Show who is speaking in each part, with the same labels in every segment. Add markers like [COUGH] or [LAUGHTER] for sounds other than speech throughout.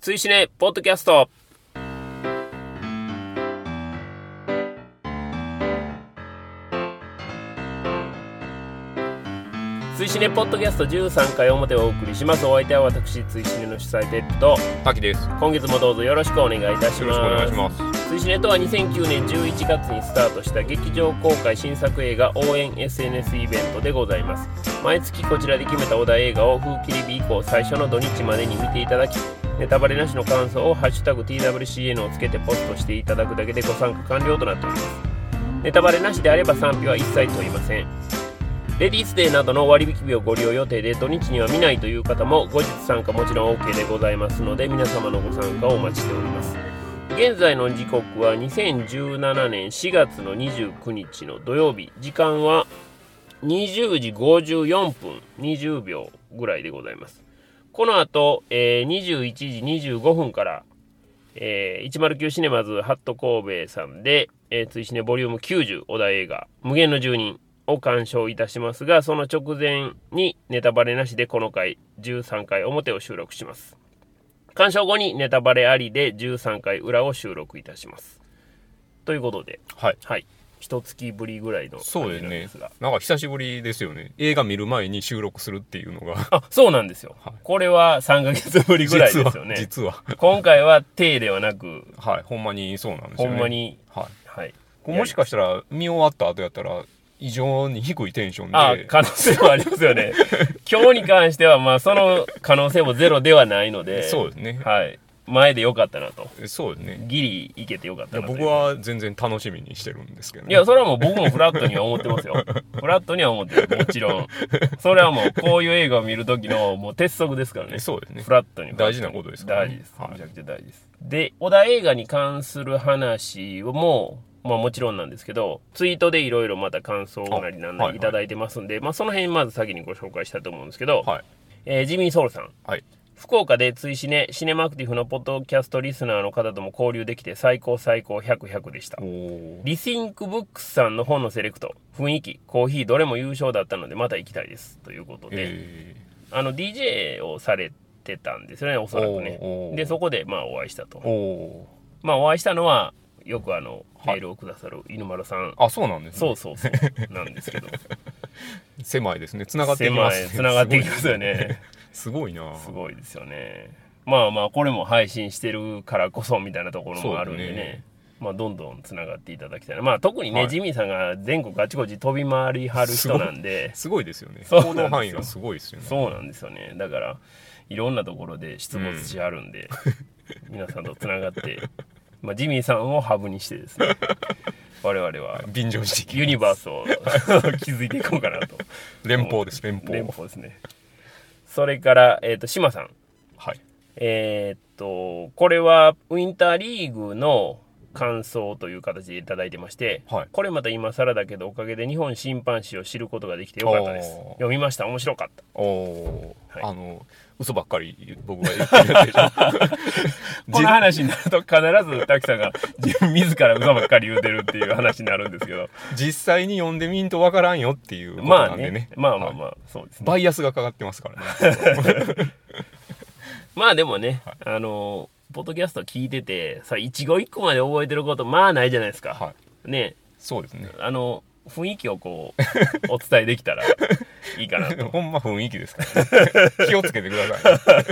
Speaker 1: ついしね、ポッドキャスト。ついしね、ポッドキャスト13回表をお送りします。お相手は私、ついしねの主催テップと、
Speaker 2: 滝です。よ
Speaker 1: 今月もどうぞよろしくお願いいたし
Speaker 2: ろしくお願
Speaker 1: ま
Speaker 2: いし
Speaker 1: す。
Speaker 2: ます。
Speaker 1: 推しネとは2009年11月にスタートした劇場公開新作映画応援 SNS イベントでございます毎月こちらで決めたお題映画を風切り日以降最初の土日までに見ていただきネタバレなしの感想を「ハッシュタグ #TWCN」をつけてポストしていただくだけでご参加完了となっておりますネタバレなしであれば賛否は一切問いませんレディースデーなどの割引日をご利用予定で土日には見ないという方も後日参加もちろん OK でございますので皆様のご参加をお待ちしております現在の時刻は2017年4月の29日の土曜日時間は20時54分20秒ぐらいでございますこの後、えー21時25分から、えー109シネマズハット神戸さんで、えー、追試ねボリューム90お題映画「無限の住人」を鑑賞いたしますがその直前にネタバレなしでこの回13回表を収録します鑑賞後にネタバレありで13回裏を収録いたします。ということで、
Speaker 2: はい。
Speaker 1: はい。一月ぶりぐらいの
Speaker 2: そう
Speaker 1: 感じ
Speaker 2: です
Speaker 1: なん
Speaker 2: ね
Speaker 1: ですが。。
Speaker 2: なんか久しぶりですよね。映画見る前に収録するっていうのが、 [LAUGHS]
Speaker 1: あ、そうなんですよ。
Speaker 2: はい
Speaker 1: これは3ヶ月ぶりぐらいですよね。
Speaker 2: 実は、実
Speaker 1: 今回は手ではなく、
Speaker 2: は、はい、ほんまにそうなんです
Speaker 1: ほ
Speaker 2: よね。
Speaker 1: んま。に、
Speaker 2: は
Speaker 1: はい。
Speaker 2: い。もしかしたら、見終わった後やったら、異常に低いテンションで、
Speaker 1: あ、可能性もありますよ
Speaker 2: [LAUGHS]
Speaker 1: ね。今日に関しては、まあ、その可能性もゼロではないので、
Speaker 2: そうですね。
Speaker 1: はい。前でよかったなと。
Speaker 2: そうですね。
Speaker 1: ギリいけてよかっ
Speaker 2: い
Speaker 1: た
Speaker 2: や
Speaker 1: なという
Speaker 2: 僕は全然楽しみにしてるんですけど
Speaker 1: い
Speaker 2: ね。
Speaker 1: や、それはもう僕もフラットには思ってますよ。
Speaker 2: [LAUGHS]
Speaker 1: フラットには思ってる。もちろん。それはもう、こういう映画を見るときの、もう鉄則ですからね。
Speaker 2: そうですね
Speaker 1: フラットに。
Speaker 2: 大事なことですから
Speaker 1: 大
Speaker 2: ね
Speaker 1: 事です。
Speaker 2: はい
Speaker 1: めちゃくちゃ大事です。で、小田映画に関する話をも、まあもちろんなんですけど、ツイートでいろいろまた感想なりなん
Speaker 2: あ
Speaker 1: な
Speaker 2: はいは
Speaker 1: り
Speaker 2: い
Speaker 1: いただいてますんで、まあその辺まず先にご紹介したいと思うんですけど、
Speaker 2: はい。
Speaker 1: えージミー・ソウルさん。
Speaker 2: はい。
Speaker 1: 福岡で追試ね、シネマアクティフのポッドキャストリスナーの方とも交流できて最高最高100、100でした
Speaker 2: お。ー
Speaker 1: リシンクブックスさんの本のセレクト、雰囲気、コーヒー、どれも優勝だったので、また行きたいです。ということで、
Speaker 2: え
Speaker 1: あの、DJ をされてたんですよね、おそらく
Speaker 2: おうお
Speaker 1: ね。
Speaker 2: う
Speaker 1: で、そこで、まあ、お会いしたと
Speaker 2: ー、。お
Speaker 1: まあ、お会いしたのは、よくあの、メ
Speaker 2: はい
Speaker 1: ールをくださる犬丸さん。
Speaker 2: ーあ、そうなんです、ね。
Speaker 1: そうそうそう、なんです
Speaker 2: [LAUGHS]
Speaker 1: けど。
Speaker 2: 狭いですね。繋がっていきます、ね。
Speaker 1: 狭い繋がっていきますよね。
Speaker 2: すごいな
Speaker 1: すごいですよね。まあまあ、これも配信してるからこそ、みたいなところもあるんでね。
Speaker 2: そうだね
Speaker 1: まあ、どんどん繋がっていただきたいな。まあ、特にね、
Speaker 2: はい
Speaker 1: ジミーさんが全国あちこち飛び回りはる人なんで、
Speaker 2: すごいですよね。
Speaker 1: そうなんですよ
Speaker 2: 行動範囲がすごいですよね。
Speaker 1: そうなんですよねだからいろんなところで出没しあるん
Speaker 2: [LAUGHS]
Speaker 1: で、皆さんとつながって、まあ、ジミーさんをハブにしてですね我々は
Speaker 2: 便乗していきます
Speaker 1: ユニバース
Speaker 2: [LAUGHS]
Speaker 1: を築いていこうかなと
Speaker 2: 連邦です連邦
Speaker 1: 連邦ですねそれから、えっと島さん
Speaker 2: はい
Speaker 1: えーっとこれはウィンターリーグの感想という形でいただいてまして、
Speaker 2: はい
Speaker 1: これまた今更だけどおかげで日本審判史を知ることができてよかったです
Speaker 2: おー
Speaker 1: 読みました面白かった
Speaker 2: おおー、
Speaker 1: はい
Speaker 2: あの嘘ばっかり僕が言ってるでしょ
Speaker 1: この話になると必ず滝さんが自分 [LAUGHS] 自ら嘘ばっかり言うてるっていう話になるんですけど
Speaker 2: [LAUGHS] 実際に読んでみんとわからんよっていうこと
Speaker 1: ま
Speaker 2: な
Speaker 1: あ
Speaker 2: んでね,、
Speaker 1: ねまあまあまあ、そうですね
Speaker 2: バイアスがかかってますからね [LAUGHS]
Speaker 1: まあでもね、あのポッドキャスト聞いててさ一語一句まで覚えてることまあないじゃないですか、
Speaker 2: はい
Speaker 1: ね
Speaker 2: そうですね
Speaker 1: あの雰囲気をこう [LAUGHS] お伝えできたらいいかなと
Speaker 2: ほんま雰囲気ですから、 [LAUGHS] ね、気をつけてください、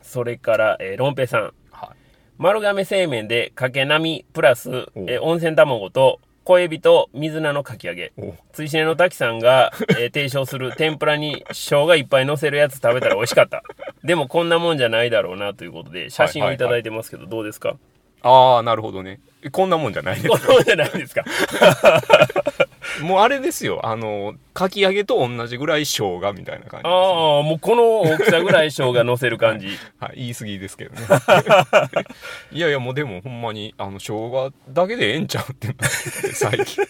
Speaker 1: それから、えー、ロンペイさん
Speaker 2: は
Speaker 1: 丸亀製麺でかけ波プラス、
Speaker 2: お
Speaker 1: えー温泉卵と小エビと水菜のかき揚げ
Speaker 2: い、お
Speaker 1: 追試ねの滝さんが、えー提唱する天ぷらに生姜いっぱい乗せるやつ食べたら美味しかった。でもこんなもんじゃないだろうなということで、写真をいただいてますけど、どうですか、
Speaker 2: ああなるほどねこんなもんじゃないです
Speaker 1: こんなもんじゃないですか
Speaker 2: もうあれですよあのかき揚げと同じぐらい生姜みたいな感じです、
Speaker 1: ああ、もうこの大きさぐらい生姜乗せる感じ。
Speaker 2: はい、言い過ぎですけどね。 [LAUGHS] いやいや、もうでもほんまに、あの、生姜だけでええんちゃうってなってて最近。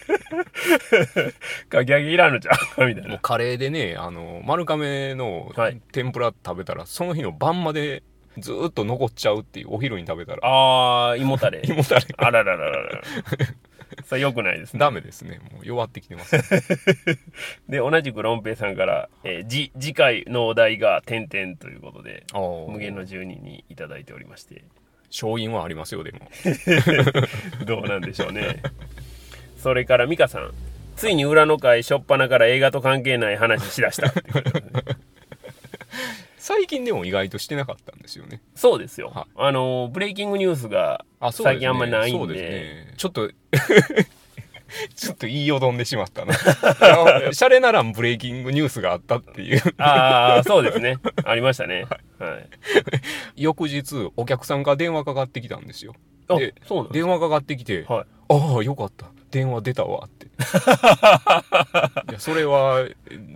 Speaker 1: かき揚げいらんのちゃうかみたい
Speaker 2: もう
Speaker 1: な。
Speaker 2: カレーでね、あの、丸亀の
Speaker 1: はい
Speaker 2: 天ぷら食べたら、その日の晩までずーっと残っちゃうっていう、お昼に食べたら、
Speaker 1: [LAUGHS] ああ、胃もたれ。
Speaker 2: 胃もたれが [LAUGHS]
Speaker 1: あららららら。それ良くないですね
Speaker 2: ダメですねもう弱ってきて [LAUGHS] ます、ね、
Speaker 1: で同じくロンペイさんから、えーじ次回のお題が「点々」ということで
Speaker 2: あ
Speaker 1: 「無限の住人」にいただいておりまして
Speaker 2: 勝因はあります [LAUGHS] よでも
Speaker 1: どうなんでしょうねそれから美香さんついに裏の会初っ端から映画と関係ない話しだした
Speaker 2: [LAUGHS]
Speaker 1: っていうことですね
Speaker 2: 最近でも意外としてなかったんですよね
Speaker 1: そうですよ、
Speaker 2: はい
Speaker 1: あのブレイキングニュースが
Speaker 2: あそうですね
Speaker 1: 最近あんまりないんで
Speaker 2: そうですねちょっと [LAUGHS] ちょっと言いよどんでしまった [LAUGHS] なあのシャレならんブレイキングニュースがあったっていう
Speaker 1: ああそうですねありましたねはい
Speaker 2: [LAUGHS] 翌日お客さんから電話かかってきたんですよ
Speaker 1: あ
Speaker 2: で
Speaker 1: そうなんです
Speaker 2: 電話かかってきて「
Speaker 1: かはい
Speaker 2: ああよかった電話出たわ」って [LAUGHS] いやそれは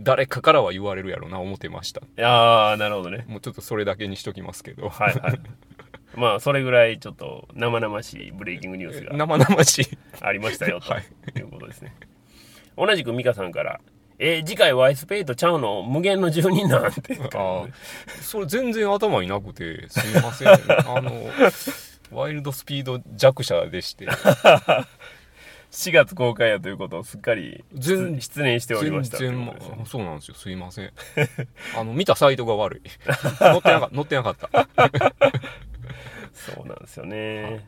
Speaker 2: 誰かからは言われるやろな思ってました
Speaker 1: ああなるほどね
Speaker 2: もうちょっとそれだけにしときますけど、
Speaker 1: はいはいまあそれぐらいちょっと生々しいブレイキングニュースが
Speaker 2: 生々しい
Speaker 1: ありましたよと
Speaker 2: はい
Speaker 1: いうことですね、同じく美香さんから「えー次回ワイスペイトちゃうの無限の住人なんて」
Speaker 2: あーそれ全然頭になくてすい
Speaker 1: [LAUGHS]
Speaker 2: ませんあのワイルドスピード弱者でして
Speaker 1: 4月公開やということをすっかり
Speaker 2: 全
Speaker 1: 失念しておりま
Speaker 2: 全
Speaker 1: した
Speaker 2: 然
Speaker 1: ということです
Speaker 2: も
Speaker 1: ね
Speaker 2: うそうなんですよすいません [LAUGHS] あの見たサイトが悪い載ってな
Speaker 1: [LAUGHS]
Speaker 2: か載ってなかった
Speaker 1: そうなんですよね、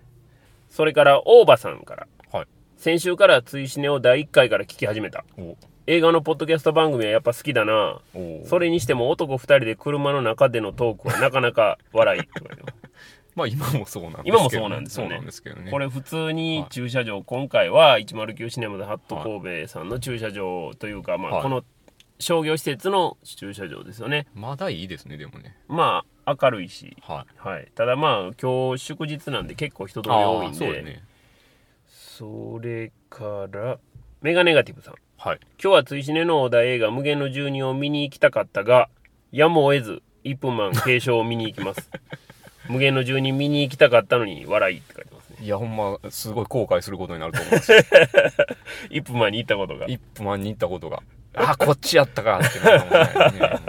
Speaker 1: それから大場さんから
Speaker 2: はい
Speaker 1: 先週から追試ねを第1回から聞き始めた
Speaker 2: お
Speaker 1: 映画のポッドキャスト番組はやっぱ好きだな
Speaker 2: お
Speaker 1: それにしても男2人で車の中でのトークはなかなか笑いって言われてます
Speaker 2: まあ今もそうなんですけど
Speaker 1: 今もそうなんですよね
Speaker 2: そうなんですけどね
Speaker 1: これ普通に駐車場、今回は109シネマズハット神戸さんの駐車場というか、ま
Speaker 2: は
Speaker 1: あ
Speaker 2: い
Speaker 1: この商業施設の駐車場ですよね
Speaker 2: まだいいですねでもね
Speaker 1: まあ明るいし、
Speaker 2: は
Speaker 1: はい、ただまあ今日祝日なんで結構人
Speaker 2: い
Speaker 1: 通り多いん
Speaker 2: ー
Speaker 1: で
Speaker 2: そう
Speaker 1: そ
Speaker 2: だね
Speaker 1: れからメガネガティブさん
Speaker 2: はい
Speaker 1: 今日は追試ねのお題映画「無限の住人」を見に行きたかったがやむを得ずイプマン継承を見に行きます
Speaker 2: [LAUGHS]
Speaker 1: 無限の住人見に行きたかったのに笑いって書いてますね
Speaker 2: いやほんますごい後悔することになると思う
Speaker 1: [LAUGHS]
Speaker 2: んですよ
Speaker 1: イプマンに行ったことが
Speaker 2: 一歩前に行ったことがあこっちやったかっ
Speaker 1: [LAUGHS]
Speaker 2: てなるかもねね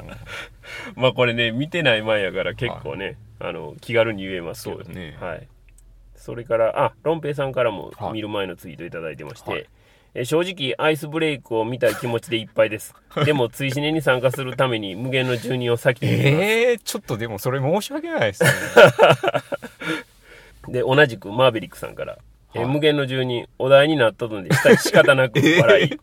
Speaker 1: まあこれね見てない前やから結構ね、あの気軽に言えますけど
Speaker 2: そうですね
Speaker 1: はい、それからあロンペイさんからも
Speaker 2: はい
Speaker 1: 見る前のツイートいただいてまして、
Speaker 2: はい
Speaker 1: え正直アイスブレイクを見たい気持ちでいっぱいです
Speaker 2: [LAUGHS]
Speaker 1: でも追試ねに参加するために無限の住人を先に見ます
Speaker 2: ええちょっとでもそれ申し訳ないですね
Speaker 1: で同じくマーベリックさんから、え
Speaker 2: はい
Speaker 1: 無限の住人お題になったのでした仕方なく笑い、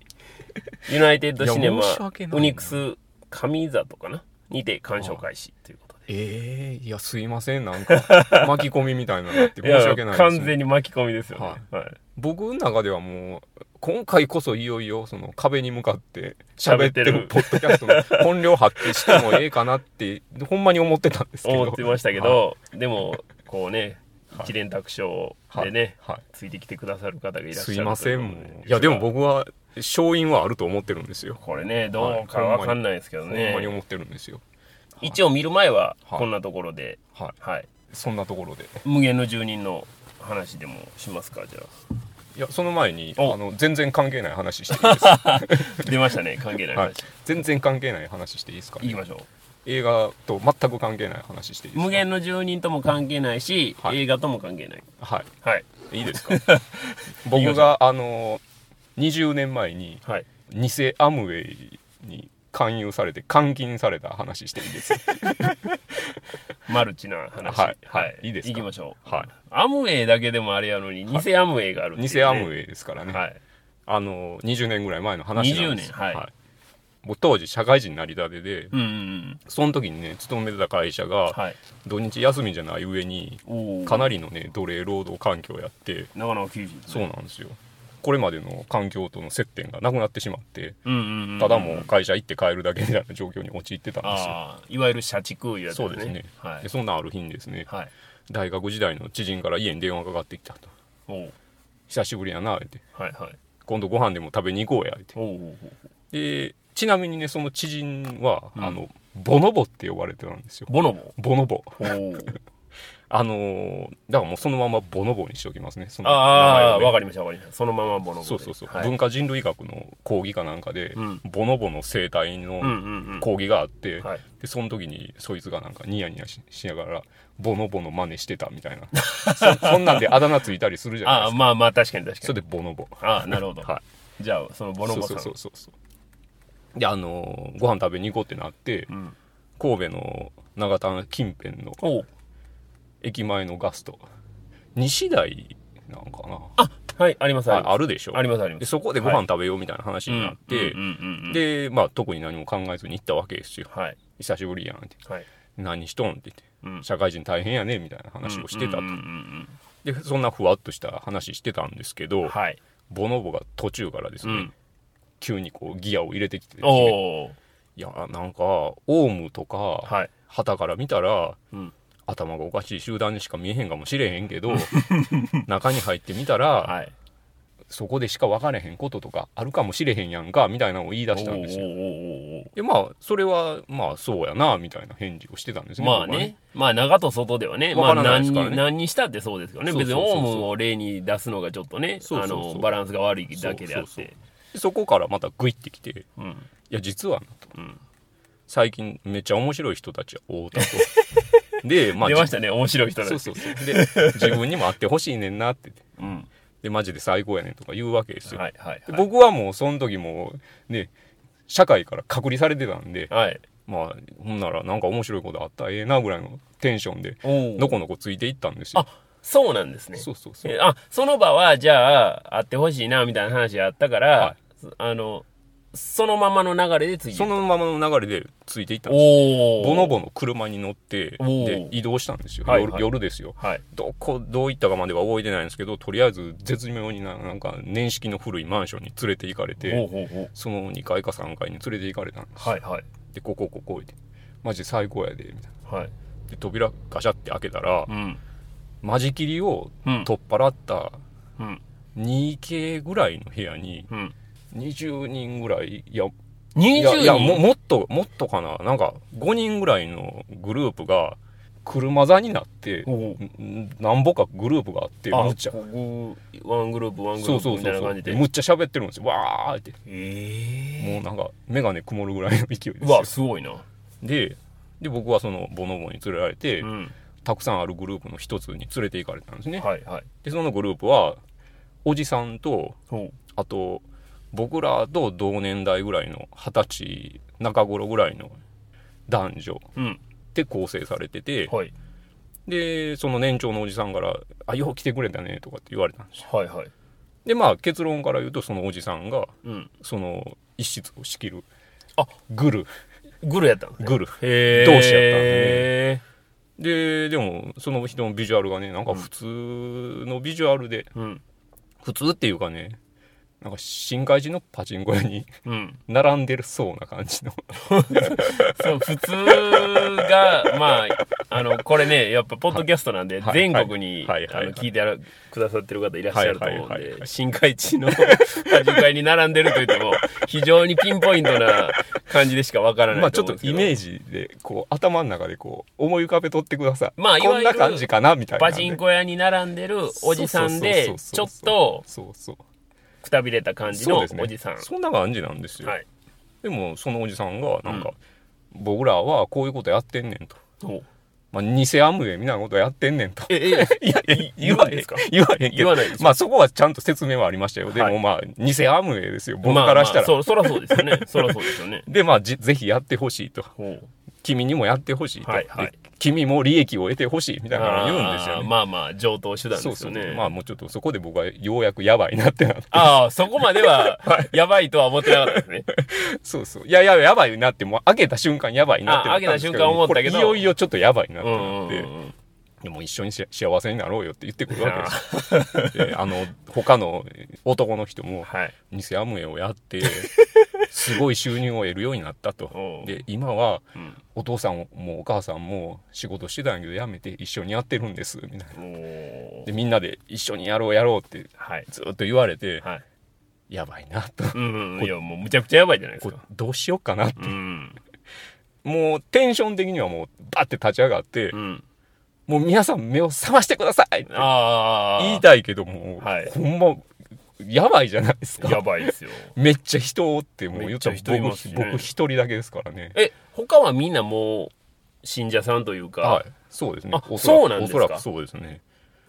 Speaker 1: ユナイテッドシネマ
Speaker 2: いや申し訳ないな
Speaker 1: ウニクス神里かなにて鑑賞開始ということで
Speaker 2: [LAUGHS] ええいやすいませんなんか [LAUGHS] 巻き込みみたいなのがあって
Speaker 1: い
Speaker 2: 申
Speaker 1: や
Speaker 2: し訳ないです、ね、
Speaker 1: 完全に巻き込みですよね、
Speaker 2: はい
Speaker 1: はい
Speaker 2: 僕の中ではもう今回こそいよいよその壁に向かって喋ってるポッドキャスト [LAUGHS] の本領発揮してもええかなってほんまに思ってたんですけど
Speaker 1: 思ってましたけど、でもこうね一連卓勝でね、
Speaker 2: はいはい
Speaker 1: ついてきてくださる方がいらっしゃる
Speaker 2: すいません
Speaker 1: と
Speaker 2: も
Speaker 1: うこと
Speaker 2: ういやでも僕は勝因はあると思ってるんですよ、
Speaker 1: これねどうかわかんないですけど
Speaker 2: ほん
Speaker 1: ね、
Speaker 2: まに思ってるんですよ
Speaker 1: 一応見る前は
Speaker 2: はい
Speaker 1: こんなところで、
Speaker 2: はい
Speaker 1: はい、
Speaker 2: そんなところで
Speaker 1: 無限の住人の話でもしますかじゃ
Speaker 2: いやその前にあ
Speaker 1: お
Speaker 2: の全然関係ない話していいですか、
Speaker 1: あ出ました
Speaker 2: [LAUGHS]
Speaker 1: ね関係ない話、
Speaker 2: はい、全然関係ない話していいですか、
Speaker 1: 行きましょう
Speaker 2: 映画と全く関係ない話していいですか
Speaker 1: 無限の住人とも関係ないし、
Speaker 2: はい
Speaker 1: 映画とも関係ない
Speaker 2: はい
Speaker 1: [LAUGHS] はい
Speaker 2: いいですか僕があの20年前に
Speaker 1: はい
Speaker 2: 偽アムウェイに勧誘されて監禁された話していいです
Speaker 1: マルチな話
Speaker 2: はいいいですか
Speaker 1: 行きましょう
Speaker 2: は
Speaker 1: アムウェイだけでもあれやのに偽アムウェイがあるっていうね、
Speaker 2: 偽アムウェイですからね、
Speaker 1: はい
Speaker 2: あの20年ぐらい前の話なんです
Speaker 1: 20年はい
Speaker 2: もう当時社会人になりたてで
Speaker 1: うんうん
Speaker 2: その時にね勤めてた会社
Speaker 1: うん
Speaker 2: が
Speaker 1: はい
Speaker 2: 土日休みじゃない上に
Speaker 1: お
Speaker 2: かな
Speaker 1: り
Speaker 2: りのね奴隷労働環境をやって
Speaker 1: なかなか厳しいです
Speaker 2: そう
Speaker 1: ね
Speaker 2: なんですよこれまでの環境との接点がなくなってしまって
Speaker 1: うんうんうん
Speaker 2: ただもう会社行って帰るだけみたいな状況に陥ってたんですよ
Speaker 1: ああいわゆる社畜いうやつ
Speaker 2: そうですね、
Speaker 1: はい
Speaker 2: でそんなある日にですね、
Speaker 1: はい
Speaker 2: 大学時代の知人から家に電話かかってきたと
Speaker 1: おう
Speaker 2: 「久しぶりやな」って
Speaker 1: はいはい
Speaker 2: 「今度ご飯でも食べに行こうや」って
Speaker 1: おうおうおう
Speaker 2: でちなみにねその知人は、
Speaker 1: うん
Speaker 2: あのボノボって呼ばれてたんですよ
Speaker 1: ボノボ
Speaker 2: [LAUGHS] ボノボ
Speaker 1: おう
Speaker 2: あのーだからもうそのままボノボにしておきますね。その
Speaker 1: ああ、わ、
Speaker 2: 名前をね
Speaker 1: かりました、わかりました。そのままボノボで。
Speaker 2: そうそうそう、
Speaker 1: はい、
Speaker 2: 文化人類学の講義かなんかで、
Speaker 1: うん
Speaker 2: ボノボの生態
Speaker 1: うん
Speaker 2: の
Speaker 1: うんうん。
Speaker 2: 講義があって、
Speaker 1: はい。
Speaker 2: でその時にそいつがなんかニヤニヤししながらボノボの真似してたみたい
Speaker 1: [LAUGHS]
Speaker 2: なそそんなんであだ名ついたりするじゃない
Speaker 1: あ
Speaker 2: で
Speaker 1: あ、
Speaker 2: すか
Speaker 1: まあまあ、確かに確か
Speaker 2: そ
Speaker 1: に。
Speaker 2: れでボノボ
Speaker 1: ああ、なるほど。
Speaker 2: は
Speaker 1: じゃあ、そのボノボさん。
Speaker 2: そうそうそうそうであのーご飯食べに行こうってなって
Speaker 1: うん。
Speaker 2: 神戸の長田近辺の
Speaker 1: おう
Speaker 2: 駅前のガスト西台なんかな
Speaker 1: あ、はい、あります、あり
Speaker 2: あ
Speaker 1: ま
Speaker 2: あるでしょ
Speaker 1: す。あります、ありま。
Speaker 2: ですそこでご飯食べようみたいな話になって、
Speaker 1: うんうんうんうん、
Speaker 2: でまあ特に何も考えずに行ったわけですよ
Speaker 1: はい、
Speaker 2: 久しぶりやんって
Speaker 1: はい。
Speaker 2: 何しとんって言って
Speaker 1: うん
Speaker 2: 社会人大変やねみたいな話をしてたと、
Speaker 1: うんうんうん
Speaker 2: でそんなふわっとした話してたんですけど、
Speaker 1: うんはい。
Speaker 2: ボノボが途中からです
Speaker 1: う
Speaker 2: ね、
Speaker 1: ん。
Speaker 2: 急にこうギアを入れてきてですね
Speaker 1: おお。
Speaker 2: いやなんかオウムとか、
Speaker 1: はい。
Speaker 2: 旗から見たら
Speaker 1: うん。
Speaker 2: 頭がおかしい集団にしか見えへんかもしれへんけ
Speaker 1: [LAUGHS]
Speaker 2: ど中に入ってみたら、
Speaker 1: はい。
Speaker 2: そこでしか分からへんこととかあるかもしれへんやんかみたいなのを言い出したんですよ
Speaker 1: おーおーおーお
Speaker 2: でまあそれはまあそうやなみたいな返事をしてたんです
Speaker 1: ー
Speaker 2: ね
Speaker 1: まあ
Speaker 2: 僕は
Speaker 1: ね、まあ長と外ではね、ま
Speaker 2: わ
Speaker 1: あ
Speaker 2: からな
Speaker 1: 何
Speaker 2: いですからね
Speaker 1: に、何にしたってそうですよね。
Speaker 2: そう
Speaker 1: 別
Speaker 2: そう
Speaker 1: に
Speaker 2: そうそう
Speaker 1: オウムを例に出すのがちょっとね、
Speaker 2: そう
Speaker 1: あ
Speaker 2: そうそう
Speaker 1: の、バランスが悪いだけであっ
Speaker 2: そうそう
Speaker 1: て。
Speaker 2: でそこからまたグイってきて
Speaker 1: うん。
Speaker 2: いや実はな
Speaker 1: うん
Speaker 2: 最近めっちゃ面白い人たち会
Speaker 1: [LAUGHS]
Speaker 2: うたとでまあ
Speaker 1: 出ましたね、面白い人だ
Speaker 2: そうそうそうで自分にも会ってほしいねんなって
Speaker 1: うん。
Speaker 2: でマジで最高やねんとか言うわけですよ、
Speaker 1: はいはい
Speaker 2: で
Speaker 1: はい。
Speaker 2: 僕はもうその時もうね社会から隔離されてたんで
Speaker 1: はい。
Speaker 2: まあほんならなんか面白いことあったらええなぐらいのテンションで
Speaker 1: おー
Speaker 2: のこのこついていったんですよ
Speaker 1: あそうなんですね。
Speaker 2: そうそうそう
Speaker 1: えあその場はじゃあ会ってほしいなみたいな話があったから、
Speaker 2: は
Speaker 1: あのそのままの流れで次
Speaker 2: そのままの流れでついていったんです
Speaker 1: おお
Speaker 2: ボノボの車に乗って
Speaker 1: おー
Speaker 2: で移動したんですよ、
Speaker 1: はいはい
Speaker 2: 夜夜ですよ
Speaker 1: はい
Speaker 2: どこどういったかまでは覚えてないんですけどとりあえず絶妙にななんか年式の古いマンションに連れて行かれ
Speaker 1: ほう
Speaker 2: て
Speaker 1: ほうほう
Speaker 2: その2階か3階に連れて行かれたんです
Speaker 1: はいはい
Speaker 2: でここここ置いてマジ最高やでみたいな
Speaker 1: はい
Speaker 2: で扉ガシャって開けたら、
Speaker 1: うん
Speaker 2: 間仕切りを
Speaker 1: うん
Speaker 2: 取っ払った
Speaker 1: うん、
Speaker 2: 2K ぐらいの部屋に
Speaker 1: うん、
Speaker 2: 20人ぐらいいやい
Speaker 1: 20
Speaker 2: や
Speaker 1: 人
Speaker 2: いやももっともっとかななんか5人ぐらいのグループが車座になって
Speaker 1: おお
Speaker 2: んなんぼかグループがあって
Speaker 1: あ
Speaker 2: むっちゃ
Speaker 1: ここワングループワングル
Speaker 2: そう
Speaker 1: ープ
Speaker 2: そう
Speaker 1: みた
Speaker 2: そ
Speaker 1: いうな
Speaker 2: そう
Speaker 1: 感じで
Speaker 2: むっちゃ喋ってるんですよわーって
Speaker 1: え
Speaker 2: もうなんか眼鏡曇るぐらいの勢い
Speaker 1: え
Speaker 2: です
Speaker 1: う
Speaker 2: よ
Speaker 1: わすごいな
Speaker 2: でで僕はそのボノボに連れられて、
Speaker 1: うん
Speaker 2: たくさんあるグループの一つに連れて行かれたんですね、
Speaker 1: はいはい
Speaker 2: でそのグループはおじさんと
Speaker 1: ほ
Speaker 2: あと僕らと同年代ぐらいの二十歳中頃ぐらいの男女
Speaker 1: ううん
Speaker 2: で構成されてて、
Speaker 1: はい
Speaker 2: でその年長のおじさんから「あよう来てくれたね」とかって言われたんですよ
Speaker 1: はいはい
Speaker 2: でまあ結論から言うとそのおじさんが
Speaker 1: うん
Speaker 2: その一室を仕切る
Speaker 1: あ
Speaker 2: グル
Speaker 1: グルやったんですね
Speaker 2: グル
Speaker 1: へえ
Speaker 2: 同士やった
Speaker 1: で
Speaker 2: んででもその人のビジュアルがねなんか普通のビジュアルで、
Speaker 1: うん
Speaker 2: 普通っていうかねなんか深海寺のパチンコ屋に
Speaker 1: うん
Speaker 2: 並んでるそうな感じの
Speaker 1: そう、普通が、 [LAUGHS] まあ、あの、これね、やっぱ、ポッドキャストなんで、
Speaker 2: はい
Speaker 1: 全国に、
Speaker 2: はいはいはい
Speaker 1: あの、聞いてあるくださってる方いらっしゃると思うんで、
Speaker 2: はいはいはいはい
Speaker 1: 深海地の [LAUGHS] 果樹会に並んでると言っても、非常にピンポイントな感じでしかわからな
Speaker 2: まあ
Speaker 1: い
Speaker 2: ち
Speaker 1: と
Speaker 2: ょっ
Speaker 1: 思うん
Speaker 2: と
Speaker 1: ですけ
Speaker 2: イ
Speaker 1: ど。
Speaker 2: メージでこう頭の中でこう思い浮かべとってください、
Speaker 1: まあいわ
Speaker 2: こ
Speaker 1: ゆ
Speaker 2: ん
Speaker 1: る
Speaker 2: な感じかなみたいなね、
Speaker 1: パチンコ屋に並んでるおじさんで、ち
Speaker 2: そ
Speaker 1: ょ
Speaker 2: う
Speaker 1: っ
Speaker 2: そう
Speaker 1: と
Speaker 2: そうそうそうそう
Speaker 1: くたびれた感じ
Speaker 2: そ
Speaker 1: の
Speaker 2: う
Speaker 1: お
Speaker 2: ですね
Speaker 1: じさん。
Speaker 2: そんな感じなんですよ、
Speaker 1: はい。
Speaker 2: でもそのおじさんがなんか、僕らはこういうことやってんねんと、
Speaker 1: お
Speaker 2: まあ、偽アムウェイみたいなことやってんねんと
Speaker 1: え、え、
Speaker 2: いや
Speaker 1: い [LAUGHS] 言わへんですか
Speaker 2: 言わへんけ
Speaker 1: 言
Speaker 2: ど
Speaker 1: わないです。
Speaker 2: まあそこはちゃんと説明はありましたよ、で
Speaker 1: は
Speaker 2: もまあ偽アムウェイですよ僕からしたら、
Speaker 1: まあまあ、そ、そらそうですよね。そらそうですよね。
Speaker 2: でまあじぜひやって [LAUGHS] ほしいと
Speaker 1: ほう。
Speaker 2: 君にもやってほしいと、
Speaker 1: はいはい
Speaker 2: で君も利益を得てほしいみたいなのを言うんですよ
Speaker 1: あー
Speaker 2: ね
Speaker 1: まあまあ、上等手段ですよね。
Speaker 2: まあもうちょっとそこで僕はようやくやばいなってなって [LAUGHS]
Speaker 1: ああ、そこまでは、やばいとは思ってなかった
Speaker 2: [LAUGHS]
Speaker 1: ですね。
Speaker 2: そうそういやいややばいなってもう開けた瞬間やばいなってなったんです
Speaker 1: あ開けた
Speaker 2: けど
Speaker 1: 瞬間思ったけど
Speaker 2: これいよいよちょっとやばいなっ
Speaker 1: う
Speaker 2: て
Speaker 1: ん
Speaker 2: なって、
Speaker 1: うんうん
Speaker 2: でも一緒にし幸せになろうよって言ってくるわけですよであの他の男の人も
Speaker 1: はい。
Speaker 2: 偽アムウェイをやって
Speaker 1: [LAUGHS]
Speaker 2: すごい収入を得るようになったと
Speaker 1: おう
Speaker 2: で今は
Speaker 1: うん
Speaker 2: お父さんもお母さんも仕事してたんやけどやめて一緒にやってるんですみたいな
Speaker 1: おー
Speaker 2: でみんなで一緒にやろうやろうって
Speaker 1: はい。
Speaker 2: ずっと言われて
Speaker 1: はい。
Speaker 2: やばいなと
Speaker 1: うんうん。いや、もうむちゃくちゃやばいじゃないです
Speaker 2: こう
Speaker 1: か。
Speaker 2: どうしようかな
Speaker 1: うん。
Speaker 2: もうテンション的にはもうバッて立ち上がって
Speaker 1: うん。
Speaker 2: もう皆さん目を覚ましてくださいって
Speaker 1: ああ。
Speaker 2: 言いたいけども、
Speaker 1: はい
Speaker 2: ほんま、やばいじゃないですか。
Speaker 1: やばいですよ。
Speaker 2: めっちゃ人おって、もう言ったら
Speaker 1: めっちゃ人いま
Speaker 2: 僕
Speaker 1: すね
Speaker 2: 僕一人だけですからね。
Speaker 1: え、他はみんなもう、信者さんというか、
Speaker 2: はい。そうですね。
Speaker 1: あ
Speaker 2: おらく
Speaker 1: そうなんですか
Speaker 2: おそらくそうですね。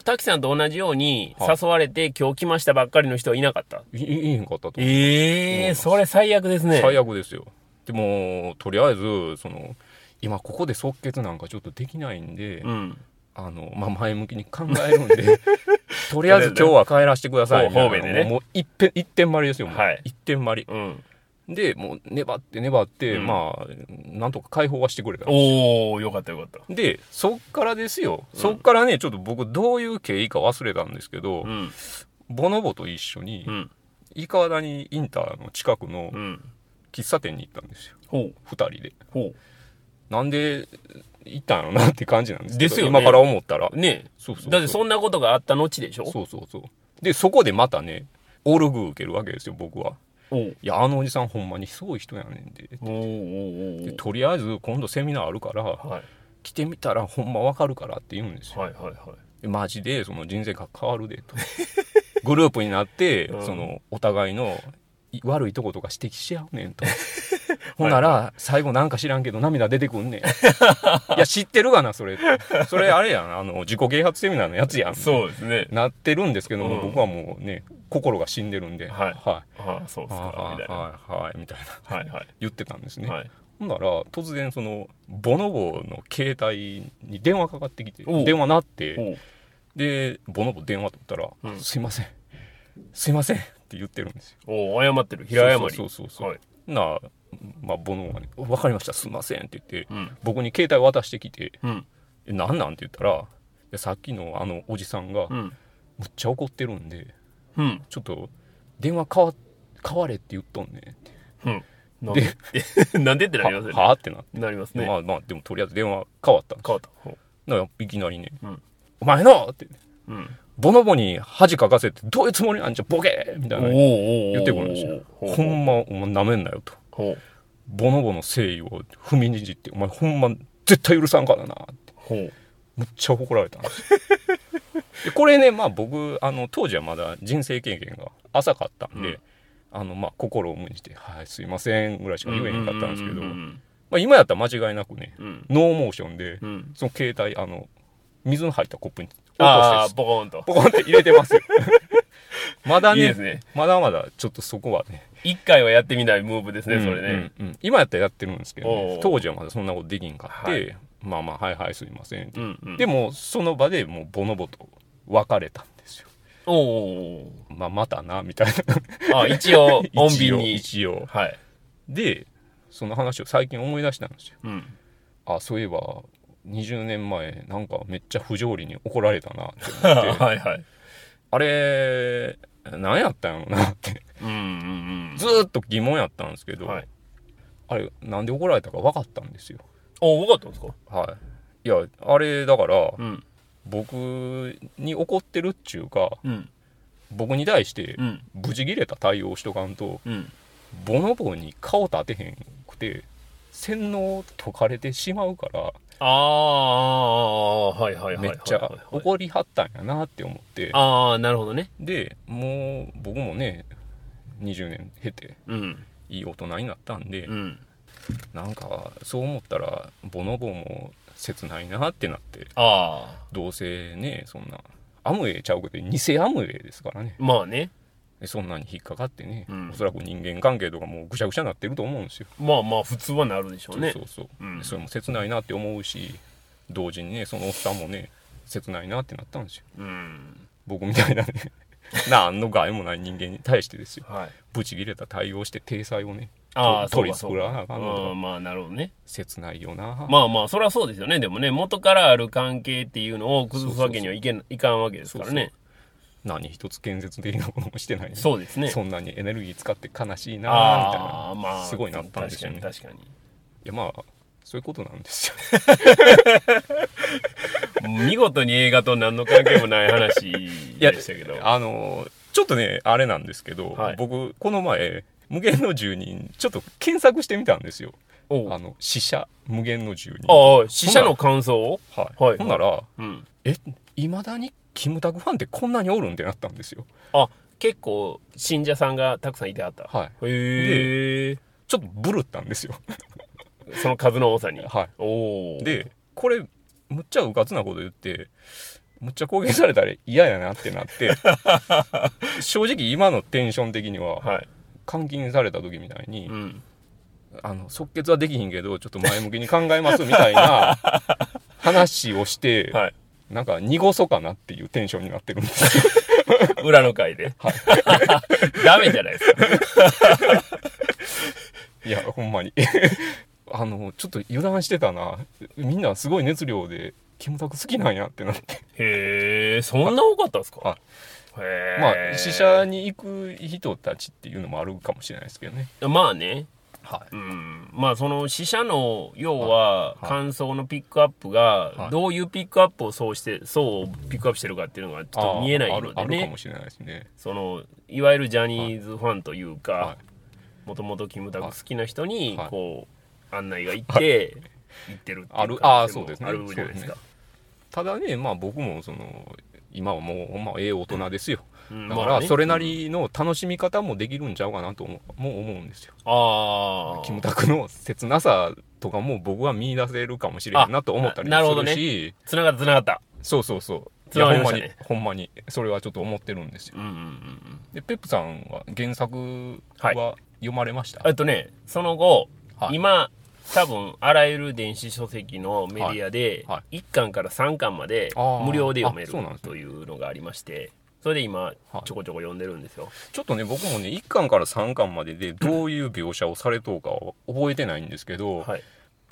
Speaker 1: 滝さんと同じように
Speaker 2: はい
Speaker 1: 誘われて、今日来ましたばっかりの人はいなかった。
Speaker 2: いいいへんかったと。
Speaker 1: ええそれ最悪ですね。
Speaker 2: 最悪ですよ。でも、とりあえず、その、今ここで即決なんかちょっとできないんで、
Speaker 1: うん。
Speaker 2: あの、まあ、前向きに考える
Speaker 1: [LAUGHS]
Speaker 2: んで、とりあえず今日は帰らせてください。
Speaker 1: ほう方面でね
Speaker 2: もう一遍、一点張りですよ、もう。
Speaker 1: はい
Speaker 2: 一点張り。
Speaker 1: うん。
Speaker 2: で、もう粘って粘って、
Speaker 1: うん
Speaker 2: まあ、なんとか解放はしてくれたんですよ
Speaker 1: おおよかったよかった。
Speaker 2: で、そっからですよ。そっからね、ちょっと僕どういう経緯か忘れたんですけど、
Speaker 1: うん。
Speaker 2: ボノボと一緒に
Speaker 1: う、ん。
Speaker 2: 伊川谷インターの近くの
Speaker 1: うん。
Speaker 2: 喫茶店に行ったんですよ。
Speaker 1: ほう。
Speaker 2: 二人で。
Speaker 1: ほ
Speaker 2: なんで行ったんやろなって感じなんですけど
Speaker 1: ですよね
Speaker 2: 今から思ったら。
Speaker 1: う。ねえ。
Speaker 2: そうそうそう
Speaker 1: だってそんなことがあった後でしょ
Speaker 2: そうそうそう。で、そこでまたね、オルグ受けるわけですよ、僕は。
Speaker 1: おう
Speaker 2: いや、あのおじさんほんまにすごい人やねんで。
Speaker 1: おうおうお
Speaker 2: で
Speaker 1: う
Speaker 2: とりあえず今度セミナーあるから
Speaker 1: はい
Speaker 2: 来てみたらほんまわかるからって言うんですよ
Speaker 1: はいはいは
Speaker 2: でマジでその人生が変わるでと [LAUGHS] グループになっ
Speaker 1: [LAUGHS]
Speaker 2: て、
Speaker 1: うん
Speaker 2: そのお互いのい悪いとことか指摘し合うねん
Speaker 1: [LAUGHS]
Speaker 2: とほんなら最後なんか知らんけど涙出てくん
Speaker 1: [LAUGHS]
Speaker 2: ねんいや知ってるがなそれそれあれやんあの自己啓発セミナーのやつやん
Speaker 1: い。そうですね。
Speaker 2: なってるんですけども、
Speaker 1: うん
Speaker 2: 僕はもうね心が死んでるんで
Speaker 1: はい
Speaker 2: は
Speaker 1: ああ、そう
Speaker 2: い
Speaker 1: ですか。みたいな。は
Speaker 2: はいはいはいみたいない
Speaker 1: は
Speaker 2: 言ってたんです
Speaker 1: い。
Speaker 2: ね、
Speaker 1: はい。
Speaker 2: ほんなら突然そのボノボの携帯に電話かかってきて
Speaker 1: おう
Speaker 2: 電話鳴っ
Speaker 1: お
Speaker 2: て
Speaker 1: う
Speaker 2: でボノボ電話取ったら「
Speaker 1: うん
Speaker 2: すいませんすいません」って言ってるんですよ
Speaker 1: おう謝ってる。平謝り。
Speaker 2: そうそうそうそう、
Speaker 1: はい。
Speaker 2: なあまあボノボがね「分かりましたすいません」って言って
Speaker 1: うん。
Speaker 2: 僕に携帯渡してきて
Speaker 1: うん。
Speaker 2: 「えなんなん?」って言ったらいやさっきのあのおじさんが
Speaker 1: うん。
Speaker 2: むっちゃ怒ってるんで
Speaker 1: うん。
Speaker 2: ちょっと電話変わ変われって言っとんねんって
Speaker 1: うん。なんで [LAUGHS] なんでってなりますよ
Speaker 2: は
Speaker 1: ね。
Speaker 2: はあってなって、
Speaker 1: なりますね。
Speaker 2: まあまあでもとりあえず電話変わったんです
Speaker 1: 変わった。ほう
Speaker 2: だからいきなりね、
Speaker 1: うん
Speaker 2: お前のって、
Speaker 1: うん。
Speaker 2: ボノボに恥かかせて、どういうつもりなんじゃ、ボケみたいな、
Speaker 1: お
Speaker 2: 言ってくるんですよ。
Speaker 1: ほう
Speaker 2: ほんま、お前舐めんなよと。
Speaker 1: ほう
Speaker 2: ボノボの誠意を踏みにじって、お前ほんま、絶対許さんからなって。
Speaker 1: ほう。
Speaker 2: むっちゃ怒られたんです
Speaker 1: [LAUGHS]
Speaker 2: よでこれね、まあ僕、あの、当時はまだ人生経験が浅かったんで、
Speaker 1: うん
Speaker 2: あの、まあ心を無にして、はい、すいませんぐらいしか言えへんかったんですけど、
Speaker 1: う
Speaker 2: ま
Speaker 1: ん。
Speaker 2: あ今やったら間違いなくね、
Speaker 1: うん。
Speaker 2: ノーモーションで
Speaker 1: う、ん。
Speaker 2: その携帯、あの、水の入ったコップに落として
Speaker 1: ああ、ボコーンと。
Speaker 2: ポコンって入れて
Speaker 1: [LAUGHS]
Speaker 2: ますよ。まだ
Speaker 1: いい
Speaker 2: ね
Speaker 1: ですね。
Speaker 2: まだまだちょっとそこはね。
Speaker 1: 一回はやってみないムーブですね、それね。
Speaker 2: うんうんうん今やったらやってるんですけどね、
Speaker 1: おうおう
Speaker 2: 当時はまだそんなことできんかって、
Speaker 1: はい
Speaker 2: まあまあ、はいはいすいませんって、
Speaker 1: うん。うん
Speaker 2: で、も、その場でもうボノボと別れたんですよ。
Speaker 1: おうおうおう
Speaker 2: まあ、またな、みたいな。
Speaker 1: あ、 [LAUGHS] 一応、穏
Speaker 2: 一
Speaker 1: 便
Speaker 2: 応
Speaker 1: に。
Speaker 2: 一応。
Speaker 1: はい。
Speaker 2: で、その話を最近思い出したんですよ。
Speaker 1: うん。
Speaker 2: あ、そういえば、20年前、なんかめっちゃ不条理に怒られたな
Speaker 1: [LAUGHS]
Speaker 2: って思っ
Speaker 1: [LAUGHS]
Speaker 2: て、
Speaker 1: はいはい。
Speaker 2: あれ、何やったんやろなって、
Speaker 1: うんうんうん。
Speaker 2: ずーっと疑問やったんですけど、
Speaker 1: はい。
Speaker 2: あれ、なんで怒られたか分かったんですよ。
Speaker 1: お、分かったんですか
Speaker 2: はい。いや、あれ、だから、
Speaker 1: うん。
Speaker 2: 僕に怒ってるっちゅうか、
Speaker 1: うん。
Speaker 2: 僕に対して
Speaker 1: う、ん。
Speaker 2: 無事切れた対応しとかんと、
Speaker 1: うん。
Speaker 2: ボノボに顔立てへんくて、洗脳解かれてしまうから、
Speaker 1: ああ、はいはいはい。
Speaker 2: めっちゃ怒りはったんやなって思って、
Speaker 1: ああ、なるほどね。
Speaker 2: で、もう、僕もね、20年経て、
Speaker 1: うん。
Speaker 2: いい大人になったんで、
Speaker 1: うん。
Speaker 2: なんか、そう思ったら、ボノボも切ないなってなって、
Speaker 1: あ
Speaker 2: どうせねそんなアムウェイちゃうけど偽アムウェイですからね
Speaker 1: あ、まあね。
Speaker 2: でそんなに引っかかってね、
Speaker 1: うん
Speaker 2: おそらく人間関係とかもうぐしゃぐしゃになってると思うんですよ、
Speaker 1: まあまあ、普通はなるでしょうね。
Speaker 2: そうそうそう、
Speaker 1: うん
Speaker 2: それも切ないなって思うし同時にねそのおっさんもね切ないなってなったんですよ
Speaker 1: うん。
Speaker 2: 僕みたいなね [LAUGHS] なんの害もない人間に対してですよ
Speaker 1: はい。
Speaker 2: ブチ切れた対応して体裁をね
Speaker 1: ああ、
Speaker 2: と
Speaker 1: そ
Speaker 2: 取
Speaker 1: う
Speaker 2: り
Speaker 1: かそう
Speaker 2: 繕わなあか
Speaker 1: か。
Speaker 2: んのとか
Speaker 1: うん、まあ、なるほどね。
Speaker 2: 切ないよな、
Speaker 1: まあまあ、そりゃそうですよね。でもね、元からある関係っていうのを崩すわけにはいけんいかんわけですからね。
Speaker 2: 何一つ建設的なこともしてないね
Speaker 1: そうですね。
Speaker 2: そんなにエネルギー使って悲しいなみたい
Speaker 1: あ
Speaker 2: な
Speaker 1: あ、まあ、
Speaker 2: すごいなったんですよね
Speaker 1: 確かに確かに。
Speaker 2: いやまあそういうことなんですよ
Speaker 1: 見事に映画と何の関係もない話でしたけ
Speaker 2: [LAUGHS]
Speaker 1: ど。
Speaker 2: あのちょっとねあれなんですけど、
Speaker 1: はい
Speaker 2: 僕この前無限の住人ちょっと検索してみたんですよ
Speaker 1: おう
Speaker 2: あの、死者無限の住人。
Speaker 1: ああ、死者の感想を
Speaker 2: はい。
Speaker 1: はい
Speaker 2: ほんなら、
Speaker 1: うん。
Speaker 2: え、いまだにキムタクファンってこんなにおるんってなったんですよ。
Speaker 1: あ、結構、信者さんがたくさんいてあった。
Speaker 2: はい。
Speaker 1: へえ。
Speaker 2: ちょっとブルったんですよ。 [LAUGHS]
Speaker 1: その数の多さに。
Speaker 2: は
Speaker 1: おお。
Speaker 2: い。、で、これ、むっちゃうかつなこと言って、むっちゃ攻撃されたら嫌やなってな
Speaker 1: [LAUGHS]
Speaker 2: って、正直今のテンション的には、
Speaker 1: はい。
Speaker 2: 監禁された時みたいに
Speaker 1: う、ん。
Speaker 2: あの、即決はできひんけど、ちょっと前向きに考えますみた
Speaker 1: [LAUGHS]
Speaker 2: いな話をして、
Speaker 1: はい。
Speaker 2: なんか濁そうかなっていうテンションになってる
Speaker 1: [LAUGHS]
Speaker 2: んですよ。
Speaker 1: 裏の回で。 [LAUGHS] ダメじゃないですか。
Speaker 2: いや、ほんまに。 [LAUGHS] あの、ちょっと油断してたな。みんなすごい熱量で、キムタク好きなんやってなって。
Speaker 1: へえ、そんな多かったんですか
Speaker 2: は
Speaker 1: へえ。
Speaker 2: まあ、死者に行く人たちっていうのもあるかもしれないですけどね。
Speaker 1: まあね。
Speaker 2: は
Speaker 1: うん。まあ、その死者の、要は、
Speaker 2: い
Speaker 1: 感想のピックアップが
Speaker 2: は、い
Speaker 1: どういうピックアップをそうして、そうピックアップしてるかっていうのがちょっと見えないので
Speaker 2: あるあるか
Speaker 1: ね
Speaker 2: も。しれないですね。
Speaker 1: その、いわゆるジャニーズファンという
Speaker 2: は
Speaker 1: か
Speaker 2: い、
Speaker 1: もともとキムタク好きな人に
Speaker 2: はい、
Speaker 1: こう、案内が行って、行ってるっていう
Speaker 2: ある
Speaker 1: 可能
Speaker 2: あー
Speaker 1: 性も
Speaker 2: そうですね
Speaker 1: あるじゃないですか。
Speaker 2: ただね、まあ僕も、その、今はもう、ほんまええ大人ですよ。
Speaker 1: うん
Speaker 2: だ
Speaker 1: ま
Speaker 2: か
Speaker 1: あ
Speaker 2: ら、
Speaker 1: ね
Speaker 2: それなりの楽しみ方もできるんちゃうかなとももう思うんですよ。
Speaker 1: ああ。
Speaker 2: キムタクの切なさとかも僕は見出せるかもしれんなと思ったりも
Speaker 1: あなるほど
Speaker 2: す
Speaker 1: ね
Speaker 2: るし、
Speaker 1: つながったつながった。
Speaker 2: そうそうそう。い
Speaker 1: つな
Speaker 2: や
Speaker 1: が
Speaker 2: ほ
Speaker 1: りまし
Speaker 2: んま
Speaker 1: た
Speaker 2: に
Speaker 1: ね、
Speaker 2: ほんまに、それはちょっと思ってるんですよ。
Speaker 1: うんうんうんうん。
Speaker 2: で、ペップさんは原作
Speaker 1: はい
Speaker 2: は読まれました、
Speaker 1: えっとね、その後、
Speaker 2: はい
Speaker 1: 今、多分、あらゆる電子書籍のメディアで、
Speaker 2: はいは
Speaker 1: 1巻から3巻まで
Speaker 2: あー
Speaker 1: 無料で読め
Speaker 2: あそうなん
Speaker 1: る
Speaker 2: ですね
Speaker 1: というのがありまして、それで今
Speaker 2: は、い
Speaker 1: ちょこちょこ読んでるんですよ。
Speaker 2: ちょっとね、僕もね、1巻から3巻まででどういう描写をされとうかは覚えてないんですけど、
Speaker 1: はい。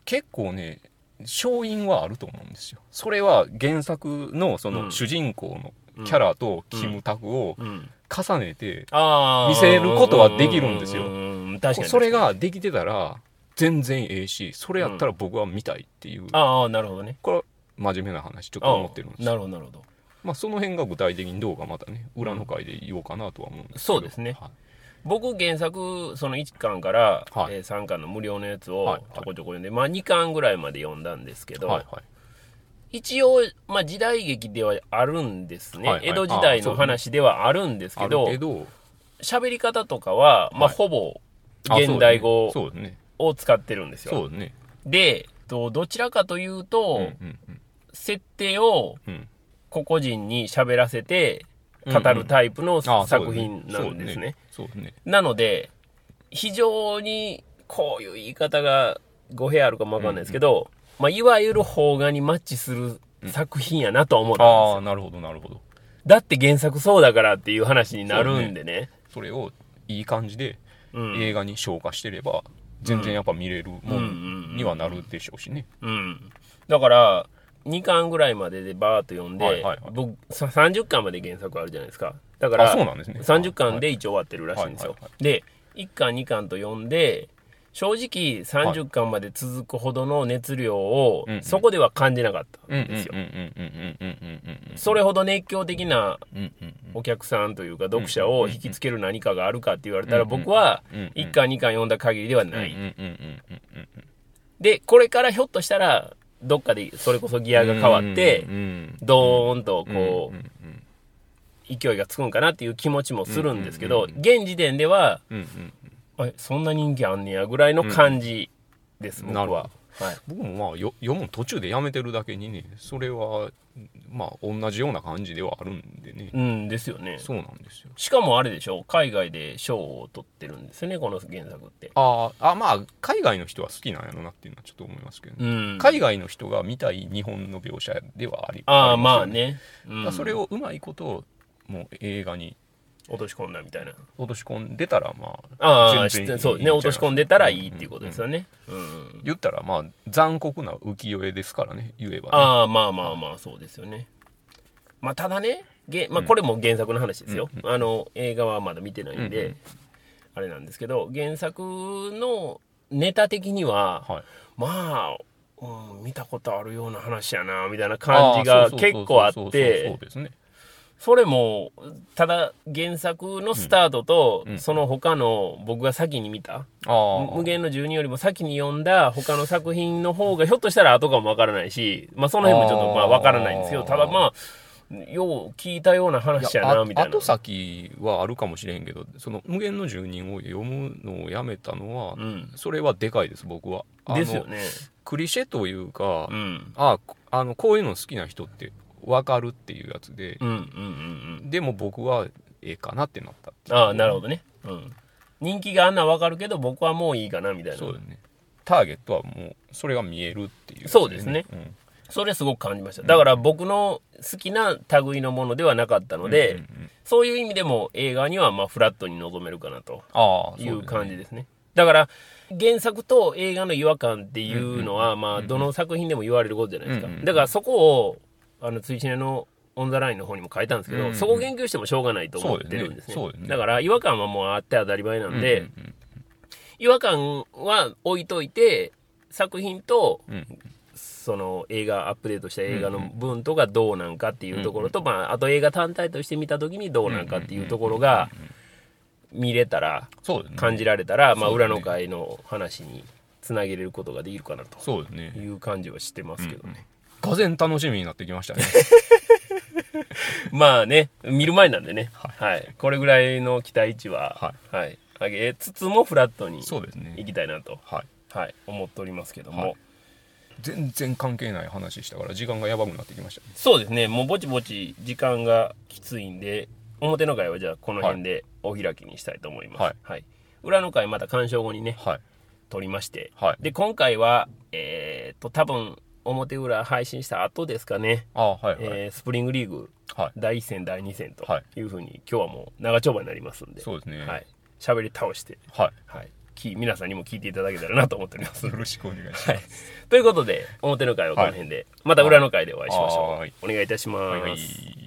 Speaker 2: 結構ね、勝因はあると思うんですよ。それは原作のそ
Speaker 1: うん
Speaker 2: の主人公のキャラとキムタクを
Speaker 1: うん。
Speaker 2: 重ねて、
Speaker 1: あー
Speaker 2: 見せることはできるんですよ
Speaker 1: ううん確かに。
Speaker 2: それ、ができてたら全然ええしそれやったら僕は見たいっていう、
Speaker 1: ああ、なるほどね。
Speaker 2: これは真面目な話ちょっ
Speaker 1: あ
Speaker 2: と
Speaker 1: ー
Speaker 2: 思ってるんです
Speaker 1: な
Speaker 2: よ
Speaker 1: るほど、なるほど。
Speaker 2: まあその辺が具体的にどうかまたね裏の回で言おうかなとは思うんですけど
Speaker 1: そうですね
Speaker 2: はい
Speaker 1: 僕、原作、その1巻から、
Speaker 2: はい
Speaker 1: えー3巻の無料のやつ
Speaker 2: は
Speaker 1: を
Speaker 2: いはい
Speaker 1: ちょこちょこ読んで、まあ2巻ぐらいまで読んだんですけど、
Speaker 2: はいはい
Speaker 1: 一応、まあ、時代劇ではあるんですね、
Speaker 2: はいはい
Speaker 1: 江戸時代の話ではあるんですけ
Speaker 2: ある
Speaker 1: ど
Speaker 2: けど
Speaker 1: 喋り方とかは、まあ、
Speaker 2: はい
Speaker 1: ほぼ
Speaker 2: あ
Speaker 1: 現代語
Speaker 2: そうですね
Speaker 1: を使ってるんですよ、
Speaker 2: そうですね
Speaker 1: でとどちらかというと、
Speaker 2: そうですねうんうん
Speaker 1: 設定を
Speaker 2: うんうん
Speaker 1: 個々人に喋らせて
Speaker 2: うん
Speaker 1: 語るタイプの
Speaker 2: あそう
Speaker 1: 作品なんですね,、
Speaker 2: そうですね
Speaker 1: なので非常にこういう言い方が語弊あるかもわかんないですけど、まあ、いわゆる邦画にマッチする作品やなとは思ったんですよ
Speaker 2: ああなるほどなるほど
Speaker 1: だって原作そうだからっていう話になるんでね。
Speaker 2: それをいい感じで
Speaker 1: うん
Speaker 2: 映画に昇華してれば全然やっぱ見れるもんにはなるでしょうしね
Speaker 1: うん。だから、2巻ぐらいまででバーっと読んで、
Speaker 2: はいはいはい
Speaker 1: 僕、さ30巻まで原作あるじゃないですか。だから、
Speaker 2: あそうなんですね
Speaker 1: 30巻で一応終わってるらしいんですよ
Speaker 2: はいはい。
Speaker 1: で、1巻2巻と読んで、正直30巻まで続くほどの熱量を
Speaker 2: うんうん
Speaker 1: そこでは感じなかった
Speaker 2: うんうんんうん
Speaker 1: ですよ。
Speaker 2: うんうんうんうんうんうん
Speaker 1: それほど熱狂的な
Speaker 2: うんうん
Speaker 1: お客さんというか読者を引きつける何かがあるかって言われたら
Speaker 2: うんうん
Speaker 1: 僕は
Speaker 2: うんうん
Speaker 1: 1巻2巻読んだ限りでは
Speaker 2: うん
Speaker 1: ない
Speaker 2: うんうんうんうんうん
Speaker 1: で、これからひょっとしたら、どっかでそれこそギアが変わって
Speaker 2: うん、うん
Speaker 1: ドーンと
Speaker 2: うん
Speaker 1: こ
Speaker 2: うん
Speaker 1: う、勢いがつくんかなっていう気持ちもするんですけど
Speaker 2: うん、
Speaker 1: 現時点では、
Speaker 2: うんうん
Speaker 1: あそんな人気あんねやぐらいの感じです、
Speaker 2: うん
Speaker 1: 僕
Speaker 2: なる
Speaker 1: は。はい
Speaker 2: 僕もまあよ読むの途中でやめてるだけにねそれはまあ同じような感じではあるんでね
Speaker 1: うんですよね。
Speaker 2: そうなんですよ
Speaker 1: しかもあれでしょ、海外で賞を取ってるんですよね、この原作って。
Speaker 2: あーあまあ海外の人は好きなんやろなっていうのはちょっと思いますけどね
Speaker 1: うん。
Speaker 2: 海外の人が見たい日本の描写ではあり
Speaker 1: ああ、ま
Speaker 2: り
Speaker 1: あ
Speaker 2: すよ
Speaker 1: ね。
Speaker 2: だ
Speaker 1: う
Speaker 2: か
Speaker 1: ん
Speaker 2: らそれ。をうまいこともう映画に
Speaker 1: 落とし込んだみたいな。
Speaker 2: 落とし込んでたらまあ
Speaker 1: ああ、知
Speaker 2: 全
Speaker 1: っ
Speaker 2: 然
Speaker 1: て
Speaker 2: いい
Speaker 1: そう
Speaker 2: いいんち
Speaker 1: ね、
Speaker 2: ゃいます
Speaker 1: 落とし込んでたらいいっていうことですよね。うん。
Speaker 2: 言ったらまあ残酷な浮世絵ですからね言えばね
Speaker 1: ああまあまあまあそうですよねまあただねげ、まあ、これも原作の話ですよ、あの映画はまだ見てないんで、
Speaker 2: うんう
Speaker 1: あれなんですけど原作のネタ的には、
Speaker 2: はい
Speaker 1: まあ、うん見たことあるような話やなみたいな感じが結構あっ
Speaker 2: そうそうそうそうそう
Speaker 1: て
Speaker 2: ですね
Speaker 1: それも、ただ原作のスタートと、
Speaker 2: うんうん
Speaker 1: その他の僕が先に見た、
Speaker 2: ああ
Speaker 1: 無限の住人よりも先に読んだ他の作品の方がひょっとしたら後かもわからないし、まあその辺もちょっとまあわからないんですけど、
Speaker 2: あー
Speaker 1: ただまあ、よう聞いたような話や
Speaker 2: いや
Speaker 1: な、
Speaker 2: あ
Speaker 1: みたいな
Speaker 2: 後。先はあるかもしれんけどその「無限の住人」を読むのをやめたのは、
Speaker 1: うん。
Speaker 2: それはでかいです僕はあの
Speaker 1: ですよね。
Speaker 2: クリシェというか、
Speaker 1: うん。
Speaker 2: ああのこういうの好きな人って分かるっていうやつで
Speaker 1: うんうんうんうん。
Speaker 2: でも僕はええかなってなったっていう
Speaker 1: ああ、なるほどね。うん。人気があんなわかるけど、僕はもういいかな、みたいな。
Speaker 2: そうだねターゲットはもうそれが見えるっていう、
Speaker 1: そうですね
Speaker 2: うん
Speaker 1: それすごく感じました。だから僕の好きな類のものではなかったので、
Speaker 2: うんうんうん
Speaker 1: そういう意味でも映画にはまあフラットに臨めるかなと
Speaker 2: ああ
Speaker 1: い
Speaker 2: そ
Speaker 1: う
Speaker 2: うだね
Speaker 1: 感じですね。だから原作と映画の違和感っていうのはまあどの作品でも言われることじゃないですか
Speaker 2: うんう。ん
Speaker 1: だからそこをあの追試ねのオンザラインの方にも書いたんですけ
Speaker 2: うん
Speaker 1: ど、
Speaker 2: うん
Speaker 1: そこを言及してもしょうがないと思ってるんですね
Speaker 2: そうだよねそうだ。よね
Speaker 1: だから違和感はもうあって当たり前なん
Speaker 2: う
Speaker 1: で
Speaker 2: ん、うん
Speaker 1: 違和感は置いといて作品と
Speaker 2: うんうん
Speaker 1: その映画アップデートした映画の分とかどうなんかっていうところと、まあ、あと映画単体として見た時にどうなんかっていうところが見れたら
Speaker 2: そうだね
Speaker 1: 感じられたら、まあ、
Speaker 2: そうだ
Speaker 1: 裏の
Speaker 2: ね
Speaker 1: 会の話につなげれることができるかなと
Speaker 2: そうだね
Speaker 1: いう感じはしてますけどね、
Speaker 2: がぜん楽しみになってきまし
Speaker 1: [LAUGHS]
Speaker 2: たね
Speaker 1: まあね見る前なんでね、はいこれぐらいの期待値は、はい上げつつもフラットに
Speaker 2: そうです
Speaker 1: い
Speaker 2: ね
Speaker 1: きたいなと、
Speaker 2: はい
Speaker 1: はい、思っておりますけども、
Speaker 2: はい全然関係ない話したから時間がやばくなってきましたね
Speaker 1: そうですね、もうぼちぼち時間がきついんで、表の会はじゃあこの辺でお開きにしたいと思います。は
Speaker 2: はいい。
Speaker 1: 裏の会また鑑賞後にね、
Speaker 2: はい
Speaker 1: 撮りまして。
Speaker 2: はい
Speaker 1: で、今回は、えーっと、多分、表裏配信した後ですかね、
Speaker 2: ああはいはい
Speaker 1: えースプリングリーグ
Speaker 2: はい
Speaker 1: 第1戦、第2戦と
Speaker 2: はい
Speaker 1: いうふうに、今日はもう長丁場になりますんで、
Speaker 2: そうですね
Speaker 1: はい。喋り倒して、
Speaker 2: は
Speaker 1: はい。き皆さんにも聞いていただけたらなと思っておりま
Speaker 2: [LAUGHS] い
Speaker 1: す
Speaker 2: よ。ろしくお願いします
Speaker 1: はい、ということで表の会はこの辺で、また裏の会でお会いしましょう、
Speaker 2: はい
Speaker 1: お願いいたします、
Speaker 2: はい